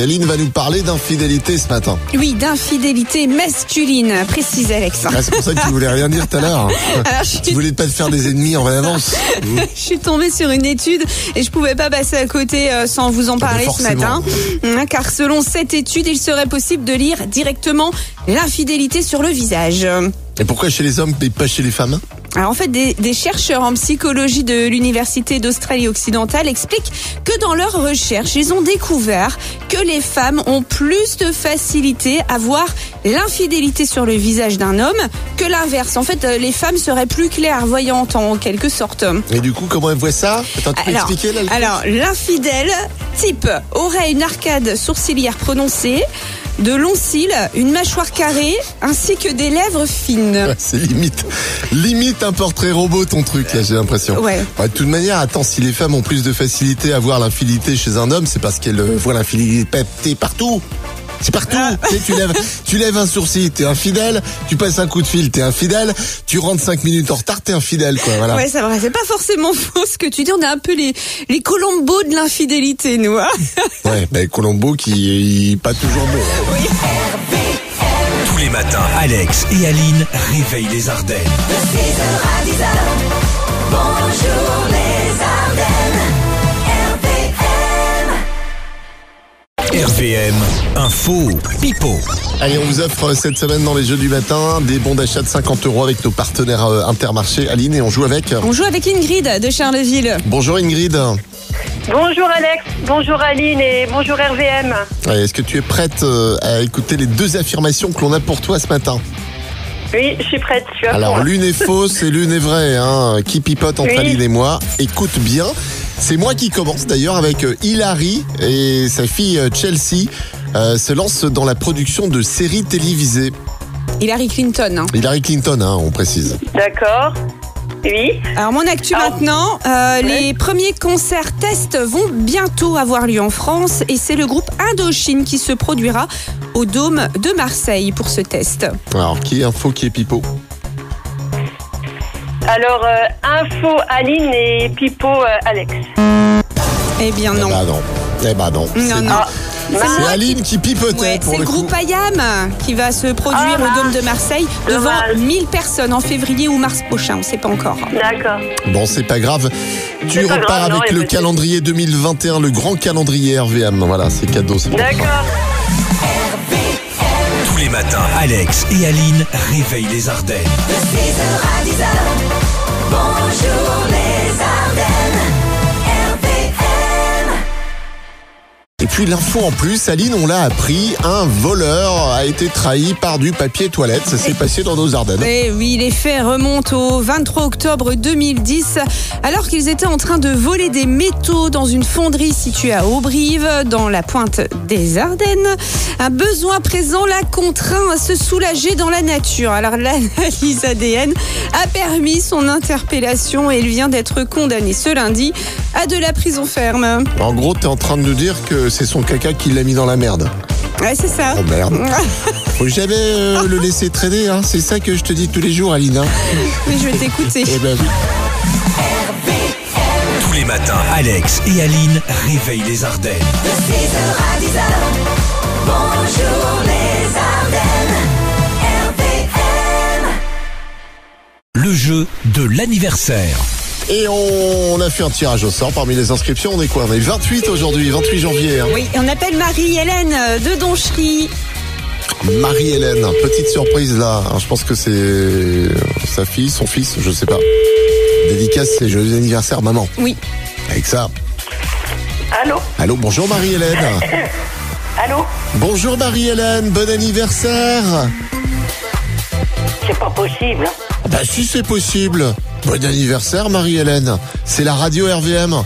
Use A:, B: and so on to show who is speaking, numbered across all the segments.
A: Aline va nous parler d'infidélité ce matin.
B: Oui, d'infidélité masculine, précise Alex.
A: Ah, c'est pour ça que tu voulais rien dire tout à l'heure.
B: Alors, je
A: Tu
B: suis,
A: voulais pas te faire des ennemis en avance.
B: je suis tombée sur une étude et je pouvais pas passer à côté euh, sans vous en
A: Ah,
B: parler
A: mais
B: ce matin. Hein, Car selon cette étude, il serait possible de lire directement l'infidélité sur le visage.
A: Et pourquoi chez les hommes et pas chez les femmes
B: Alors Ah, en fait, des, des chercheurs en psychologie de l'Université d'Australie-Occidentale expliquent que dans leurs recherches, ils ont découvert que les femmes ont plus de facilité à voir l'infidélité sur le visage d'un homme que l'inverse. En fait, euh, les femmes seraient plus clairvoyantes en quelque sorte.
A: Et du coup, comment elles voient ça Attends, tu peux
B: Alors,
A: expliquer là le-
B: alors, l'infidèle type aurait une arcade sourcilière prononcée, de longs cils, une mâchoire carrée, ainsi que des lèvres fines.
A: Ouais, C'est limite, limite un portrait robot ton truc là, j'ai l'impression.
B: Ouais.
A: De toute manière, attends, si les femmes ont plus de facilité à voir l'infidélité chez un homme, c'est parce qu'elles euh, voient l'infidélité partout. C'est partout.
B: Ah.
A: Tu, sais, tu lèves, tu lèves un sourcil, t'es infidèle. Tu passes un coup de fil, t'es infidèle. Tu rentres cinq minutes en retard, t'es infidèle quoi. Voilà.
B: Ouais, c'est vrai, c'est pas forcément faux ce que tu dis. On est un peu les, les colombos de l'infidélité, nous. hein.
A: Ouais, bah, Colombo qui est pas toujours bon. hein.
C: Tous les matins, Alex et Aline réveillent les Ardennes.
D: Bonjour les Ardennes, RPM.
C: RVM, info, pipo.
A: Allez, on vous offre euh, cette semaine dans les jeux du matin des bons d'achat de 50 euros avec nos partenaires euh, Intermarché, Aline, et on joue avec.
B: On joue avec Ingrid de Charleville.
A: Bonjour Ingrid.
E: Bonjour Alex, bonjour Aline et bonjour RVM.
A: Ouais, Est-ce que tu es prête euh, à écouter les deux affirmations que l'on a pour toi ce matin
E: Oui, je suis prête, tu vas
A: Alors
E: voir.
A: l'une est fausse et l'une est vraie. Hein. Qui pipote entre
E: Oui.
A: Aline et moi Écoute bien. C'est moi qui commence d'ailleurs avec euh, Hilary et sa fille euh, Chelsea euh, se lance dans la production de séries télévisées.
B: Hillary Clinton. hein.
A: Hillary Clinton, hein, on précise.
E: D'accord. Oui.
B: Alors, mon actu
E: Ah.
B: maintenant, euh,
E: Ouais.
B: les premiers concerts tests vont bientôt avoir lieu en France et c'est le groupe Indochine qui se produira au Dôme de Marseille pour ce test.
A: Alors qui est info, qui est pipo
E: Alors, euh, info Aline et pipo euh, Alex.
B: Eh bien, non.
A: Bah non. Eh bah non.
B: Non,
A: C'est-
B: non.
E: Ah, mince.
A: C'est Aline qui pipotait
B: Ouais,
A: pour
B: c'est le
A: le coup.
B: groupe IAM qui va se produire
E: Ah,
B: au Dôme de Marseille devant
E: Dommage.
B: 1000 personnes en février ou mars prochain, on sait pas encore.
E: D'accord.
A: Bon, c'est pas grave. Tu
E: C'est pas
A: repars
E: grave, non,
A: avec
E: y a
A: le
E: pas de souci.
A: calendrier 2021, le grand calendrier RVM. Voilà, c'est cadeau. c'est pour toi.
E: D'accord.
C: Tous les matins, Alex et Aline réveillent les Ardennes.
D: De 6h à 10h, bonjour les Ardennes, RPM.
A: Et puis l'info en plus, Aline, on l'a appris, un voleur a été trahi par du papier toilette. Ça s'est passé dans nos Ardennes.
B: Eh oui, les faits remontent au 23 octobre 2010, alors qu'ils étaient en train de voler des métaux dans une fonderie située à Aubrive, dans la pointe des Ardennes. Un besoin présent l'a contraint à se soulager dans la nature. Alors l'analyse ADN a permis son interpellation et il vient d'être condamné ce lundi à de la prison ferme.
A: En gros, t'es en train de nous dire que c'est son caca qui l'a mis dans la merde.
B: Ouais, c'est ça.
A: Oh merde. Faut jamais euh, le laisser traîner, hein. C'est ça que je te dis tous les jours, Aline. hein.
B: Mais je vais t'écouter.
A: Eh ben oui.
C: Tous les matins, Alex et Aline réveillent les Ardennes.
D: De 6h à 10h, bonjour les Ardennes, RPM.
C: Le jeu de l'anniversaire.
A: Et on a fait un tirage au sort parmi les inscriptions. On est quoi On est 28 aujourd'hui, 28 janvier. hein.
B: Oui, on appelle Marie-Hélène euh, de Donchery.
A: Marie-Hélène, petite surprise là. Alors, je pense que c'est sa fille, son fils, je sais pas. Dédicace, c'est joyeux anniversaire, maman.
B: Oui.
A: Avec ça.
E: Allô
A: Allô, bonjour Marie-Hélène.
E: Allô
A: Bonjour Marie-Hélène, bon anniversaire.
E: C'est pas possible.
A: Bah si c'est possible. Bon anniversaire Marie-Hélène. C'est la radio RVM.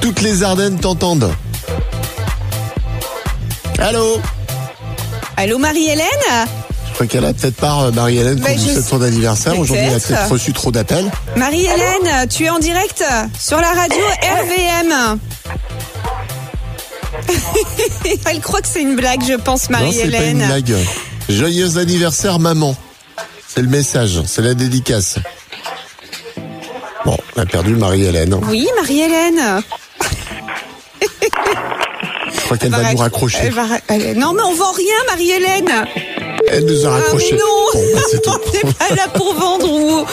A: Toutes les Ardennes t'entendent. Allô
B: Allô Marie-Hélène
A: Je crois qu'elle a peut-être pas euh, Marie-Hélène
B: Bah,
A: quand
B: je
A: vous
B: sais-
A: son anniversaire. Aujourd'hui, elle a
B: Peut-être.
A: peut-être reçu trop d'appels.
B: Marie-Hélène, tu es en direct sur la radio RVM. Elle croit que c'est une blague, je pense,
A: Non, c'est pas une
B: Marie-Hélène.
A: blague. Joyeux anniversaire, maman. C'est le message, c'est la dédicace. Bon, on a perdu Marie-Hélène.
B: Oui, Marie-Hélène.
A: Je crois crois qu'elle
B: Bah,
A: va nous raccrocher.
B: Elle va ra- elle- Non, mais on vend rien, Marie-Hélène.
A: Elle nous a
B: Ah, mais
A: raccrochés.
B: non,
A: Bon, bah, c'est tout.
B: on n'est pas là pour vendre ou.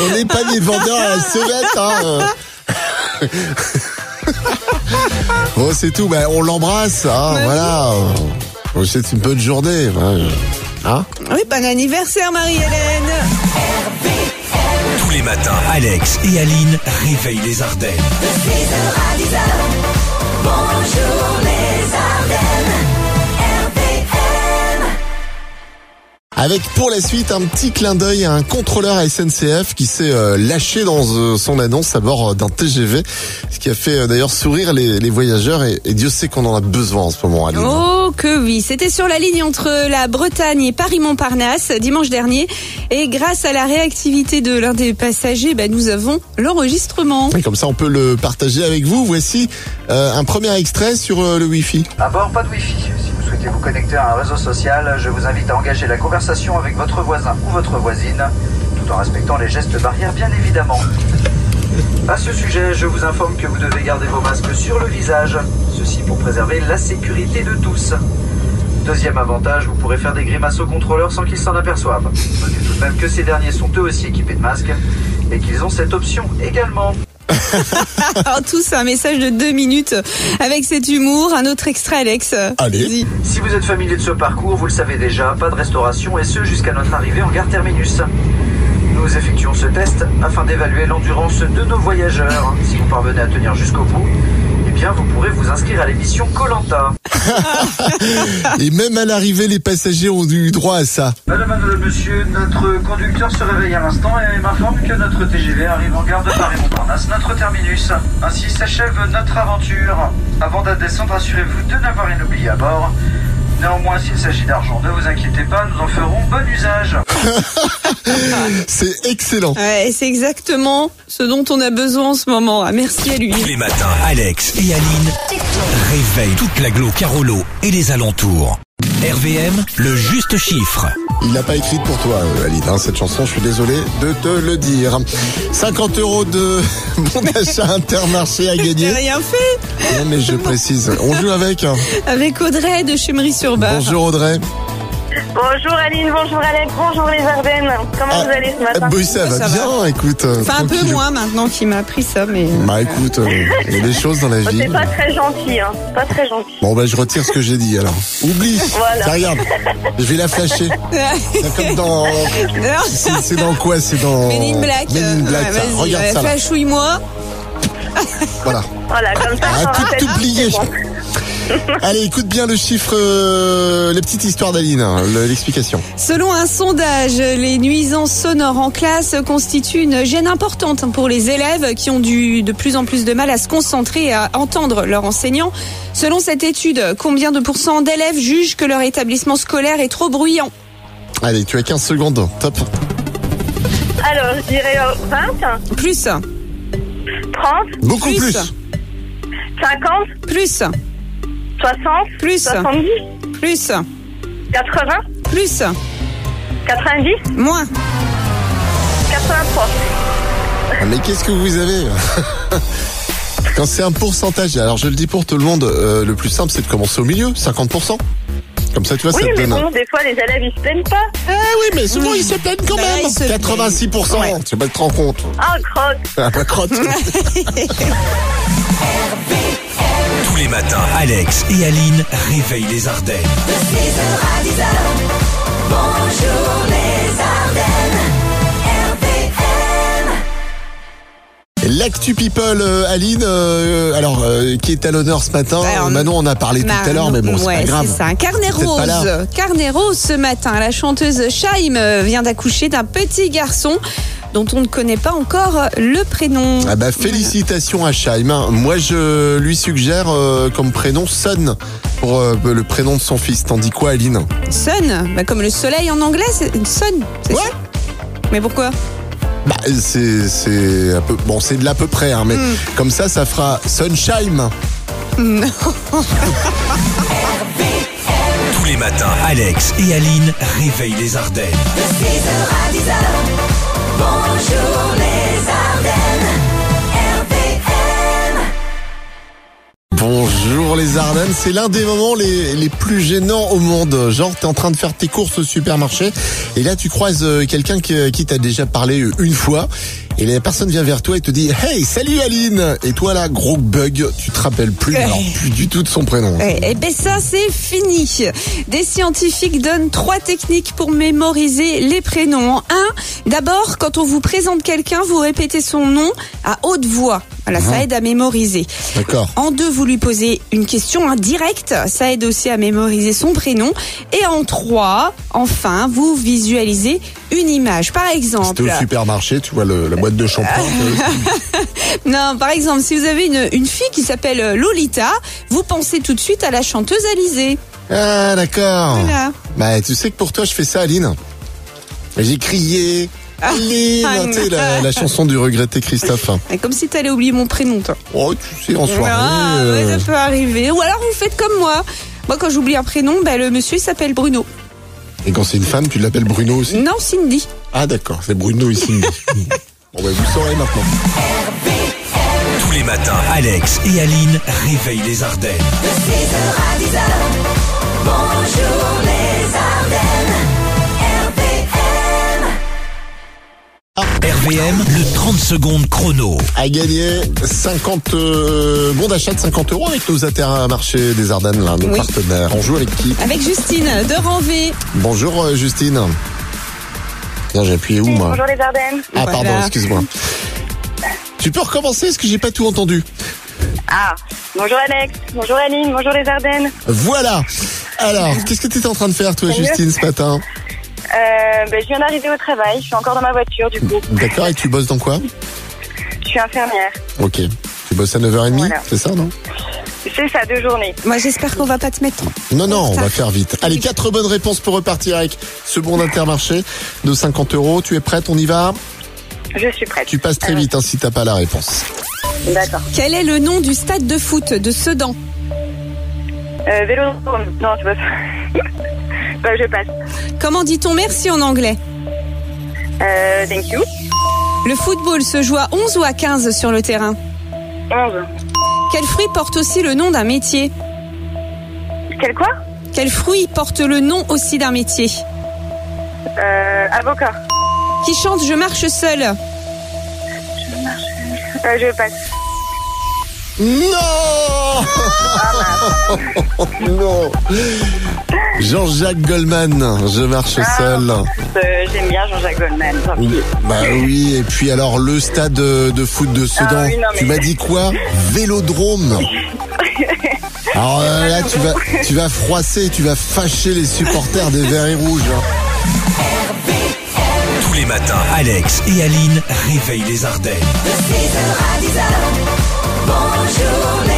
A: On n'est pas des vendeurs à la sauvette, hein. bon, c'est tout. Ben, on l'embrasse, hein,
B: Bah,
A: voilà. On souhaite une bonne journée. ouais. Hein
B: Oui, bon anniversaire, Marie-Hélène.
C: Tous les matins, Alex et Aline réveillent les Ardennes.
D: De 6h à 10h, bonjour les Ardennes, RVM.
A: Avec pour la suite un petit clin d'œil à un contrôleur à SNCF qui s'est euh, lâché dans euh, son annonce à bord euh, d'un TGV, ce qui a fait euh, d'ailleurs sourire les, les voyageurs et, et Dieu sait qu'on en a besoin en ce moment. Aline.
B: Oh que oui, c'était sur la ligne entre la Bretagne et Paris-Montparnasse dimanche dernier et grâce à la réactivité de l'un des passagers, bah, nous avons l'enregistrement.
A: Et comme ça, on peut le partager avec vous. Voici euh, un premier extrait sur euh, le Wi-Fi.
F: À bord, pas de Wi-Fi. Si vous souhaitez vous connecter à un réseau social, je vous invite à engager la conversation avec votre voisin ou votre voisine, tout en respectant les gestes barrières, bien évidemment. À ce sujet, je vous informe que vous devez garder vos masques sur le visage, ceci pour préserver la sécurité de tous. Deuxième avantage, vous pourrez faire des grimaces au contrôleur sans qu'ils s'en aperçoivent. Notez tout de même que ces derniers sont eux aussi équipés de masques et qu'ils ont cette option également.
B: Alors tous un message de deux minutes avec cet humour, un autre extrait Alex.
A: Allez.
B: Vas-y.
F: Si vous êtes familier de ce parcours, vous le savez déjà, pas de restauration et ce jusqu'à notre arrivée en gare terminus. Nous effectuons ce test afin d'évaluer l'endurance de nos voyageurs. Si vous parvenez à tenir jusqu'au bout, eh bien vous pourrez vous inscrire à l'émission Colanta.
A: Et même à l'arrivée, les passagers ont eu droit à ça.
F: Madame, madame, monsieur, notre conducteur se réveille à l'instant et m'informe que notre TGV arrive en gare de Paris-Montparnasse, notre terminus. Ainsi s'achève notre aventure. Avant de descendre, assurez-vous de n'avoir rien oublié à bord. Néanmoins, s'il s'agit d'argent, ne vous inquiétez pas, nous en ferons bon usage.
A: C'est excellent.
B: Ouais, c'est exactement ce dont on a besoin en ce moment. Ah, merci à lui.
C: Tous les matins, Alex et Aline réveillent toute l'agglo Carolo et les alentours. RVM, le juste chiffre.
A: Il n'a pas écrit pour toi, euh, Aline, hein, cette chanson, je suis désolé de te le dire. 50 euros de bon d'achat intermarché à
B: J'ai
A: gagner.
B: rien fait
A: Non, mais je précise, on joue avec. hein.
B: avec Audrey de Chemery-sur-Bar.
A: Bonjour Audrey.
E: Bonjour Aline, bonjour Alex, bonjour les Ardennes. Comment
A: Ah,
E: vous allez ce
A: bah
E: matin
A: oui, ça
B: Ça
A: va
B: va.
A: bien, écoute. euh,
B: Enfin un peu
A: tranquille.
B: moins maintenant qui m'a appris ça, mais.
A: Bah écoute, euh, il y a des choses dans la
E: Oh,
A: vie.
E: C'est pas très gentil, hein. Pas très gentil.
A: Bon bah je retire ce que j'ai dit alors. Oublie.
E: Voilà.
A: Ça, regarde, je vais la flasher. C'est comme dans.
B: Alors,
A: C'est c'est dans quoi C'est dans.
B: Men in Black.
A: Men Oh, in
B: euh,
A: Black,
B: ouais,
A: ça.
B: vas-y,
A: Regarde
B: ouais,
A: ça là.
B: Flashouille-moi.
A: Voilà.
E: Voilà, comme ça,
A: Ah,
E: ça
A: tout
E: rappelle-
A: oublié.
E: c'est bon.
A: Allez, écoute bien le chiffre, euh, la petite histoire d'Aline, hein, le- l'explication.
B: Selon un sondage, les nuisances sonores en classe constituent une gêne importante pour les élèves qui ont du, de plus en plus de mal à se concentrer et à entendre leur enseignant. Selon cette étude, combien de pourcents d'élèves jugent que leur établissement scolaire est trop bruyant
A: Allez, tu as 15 secondes. Top.
E: Alors, je dirais euh, 20,
B: Plus,
E: 30,
A: Beaucoup
B: Plus.
A: plus.
E: 50,
B: plus,
E: 60,
B: Plus.
E: 70,
B: plus,
E: 80,
B: plus,
E: 90,
B: moins.
E: 83.
A: Ah, Mais qu'est-ce que vous avez Quand c'est un pourcentage, alors je le dis pour tout le monde, euh, le plus simple c'est de commencer au milieu, 50%. Comme ça, tu vois,
E: Oui,
A: ça te
E: mais
A: donne un-
E: bon, des fois, les élèves, ils se plaignent pas.
A: Eh oui, mais souvent ils se plaignent quand
B: Bah,
A: même.
B: ils se plaignent.
A: 86%.
B: Ouais.
A: Tu vas te rendre compte.
E: Ah, croque.
A: Ah, la crotte.
C: Tous les matins, Alex et Aline réveillent les Ardennes.
D: De 6h à 10h, bonjour les Ardennes, RVM.
A: L'actu people, euh, Aline, euh, alors euh, qui est à l'honneur ce matin
B: Alors,
A: Euh, Manon on a parlé tout à l'heure, mais bon, c'est
B: ouais,
A: pas grave.
B: C'est ça, un carnet
A: Peut-être pas là.
B: rose. Carnet rose ce matin. La chanteuse Shaim euh, vient d'accoucher d'un petit garçon dont on ne connaît pas encore euh, le prénom.
A: Ah bah félicitations à Shaim. Moi je lui suggère euh, comme prénom Son pour euh, le prénom de son fils. Tandis quoi, Aline
B: Sun, bah, comme le soleil en anglais, c'est une sun. c'est
A: Ouais.
B: ça Mais pourquoi
A: Bah c'est c'est un peu bon, c'est de l'à peu près, hein, mais comme ça ça fera Sunshaim.
C: Tous les matins, Alex et Aline réveillent les Ardennes.
D: De 6h à 10h, bonjour les Ardennes, RVM.
A: Bonjour les Ardennes, c'est l'un des moments les, les plus gênants au monde. Genre, t'es en train de faire tes courses au supermarché et là tu croises euh, quelqu'un qui, qui t'a déjà parlé euh, une fois et la personne vient vers toi et te dit Hey, salut Aline Et toi là, gros bug, tu te rappelles plus,
B: Ouais.
A: alors, plus du tout de son prénom.
B: Eh bien ça, c'est fini. Des scientifiques donnent trois techniques pour mémoriser les prénoms. Un, d'abord, quand on vous présente quelqu'un, vous répétez son nom à haute voix. Voilà,
A: Ah.
B: ça aide à mémoriser.
A: D'accord.
B: En deux, vous lui posez une question hein, directe. Ça aide aussi à mémoriser son prénom. Et en trois, enfin, vous visualisez une image. Par
A: C'était
B: exemple,
A: au supermarché, tu vois le- la boîte de shampoing.
B: non, par exemple, si vous avez une, une fille qui s'appelle Lolita, vous pensez tout de suite à la chanteuse Alizée.
A: Ah d'accord.
B: Voilà.
A: Bah tu sais que pour toi je fais ça Aline. J'ai crié
B: Ah.
A: Aline,
B: Aline.
A: tu sais, la, la chanson du regretté Christophe.
B: Et Comme si t'allais oublier mon prénom, toi.
A: Oh tu sais en soirée.
B: Ah, ouais,
A: euh,
B: ça peut arriver. Ou alors vous faites comme moi. Moi, quand j'oublie un prénom, bah, le monsieur il s'appelle Bruno.
A: Et quand c'est une femme tu l'appelles Bruno aussi.
B: Non, Cindy.
A: Ah d'accord c'est Bruno ici. bon bah vous saurez maintenant.
C: Tous les matins, Alex et Aline réveillent les Ardennes.
D: De 6h à 10h, bonjour les Ardennes, RPM.
C: RVM, le 30 secondes chrono.
A: À gagner 50 euh, bons d'achat de 50 euros avec nos intermarchés des Ardennes là nos
B: Oui.
A: partenaires. On joue avec qui
B: Avec Justine de Ranvé.
A: Bonjour euh, Justine. Tiens j'ai appuyé où moi
E: Bonjour les Ardennes.
A: Ah
B: Voilà.
A: pardon, excuse-moi. Tu peux recommencer parce que j'ai pas tout entendu.
E: Ah, bonjour Alex, bonjour Aline, bonjour les Ardennes.
A: Voilà. Alors, qu'est-ce que tu étais en train de faire toi
E: Salut.
A: Justine ce matin
E: Euh, ben, je viens d'arriver au travail, je suis encore dans ma voiture du coup.
A: D'accord, et tu bosses dans quoi
E: Je suis infirmière.
A: OK. Tu bosses à 9h30,
E: Voilà.
A: c'est ça non
E: C'est ça, deux journées.
B: Moi, j'espère qu'on va pas te mettre.
A: Non non, on
B: Ça.
A: va faire vite. Allez, quatre bonnes réponses pour repartir avec ce bon intermarché de 50 euros. Tu es prête On y va
E: Je suis prête.
A: Tu passes très vite hein, si t'as pas la réponse.
E: D'accord.
B: Quel est le nom du stade de foot de Sedan
E: Euh, vélodrome. Non, je passe. ben, je passe.
B: Comment dit-on merci en anglais
E: Euh, thank you.
B: Le football se joue à 11 ou à 15 sur le terrain
E: 11.
B: Quel fruit porte aussi le nom d'un métier
E: Quel quoi
B: Quel fruit porte le nom aussi d'un métier
E: Euh, avocat.
B: Qui chante Je marche seul
E: Euh, je passe.
A: Non Non Jean-Jacques Goldman, je marche seul.
E: Euh, J'aime bien Jean-Jacques Goldman. tant pis.
A: Bah oui, et puis alors le stade euh, de foot de Sedan,
E: Ah oui, non, mais-
A: tu m'as dit quoi Vélodrome Alors euh, là, tu vas, tu vas froisser, tu vas fâcher les supporters des Verts et Rouges. hein.
C: Tous les matins, Alex et Aline réveillent les Ardennes.
D: De 6h à 10h, bonjour les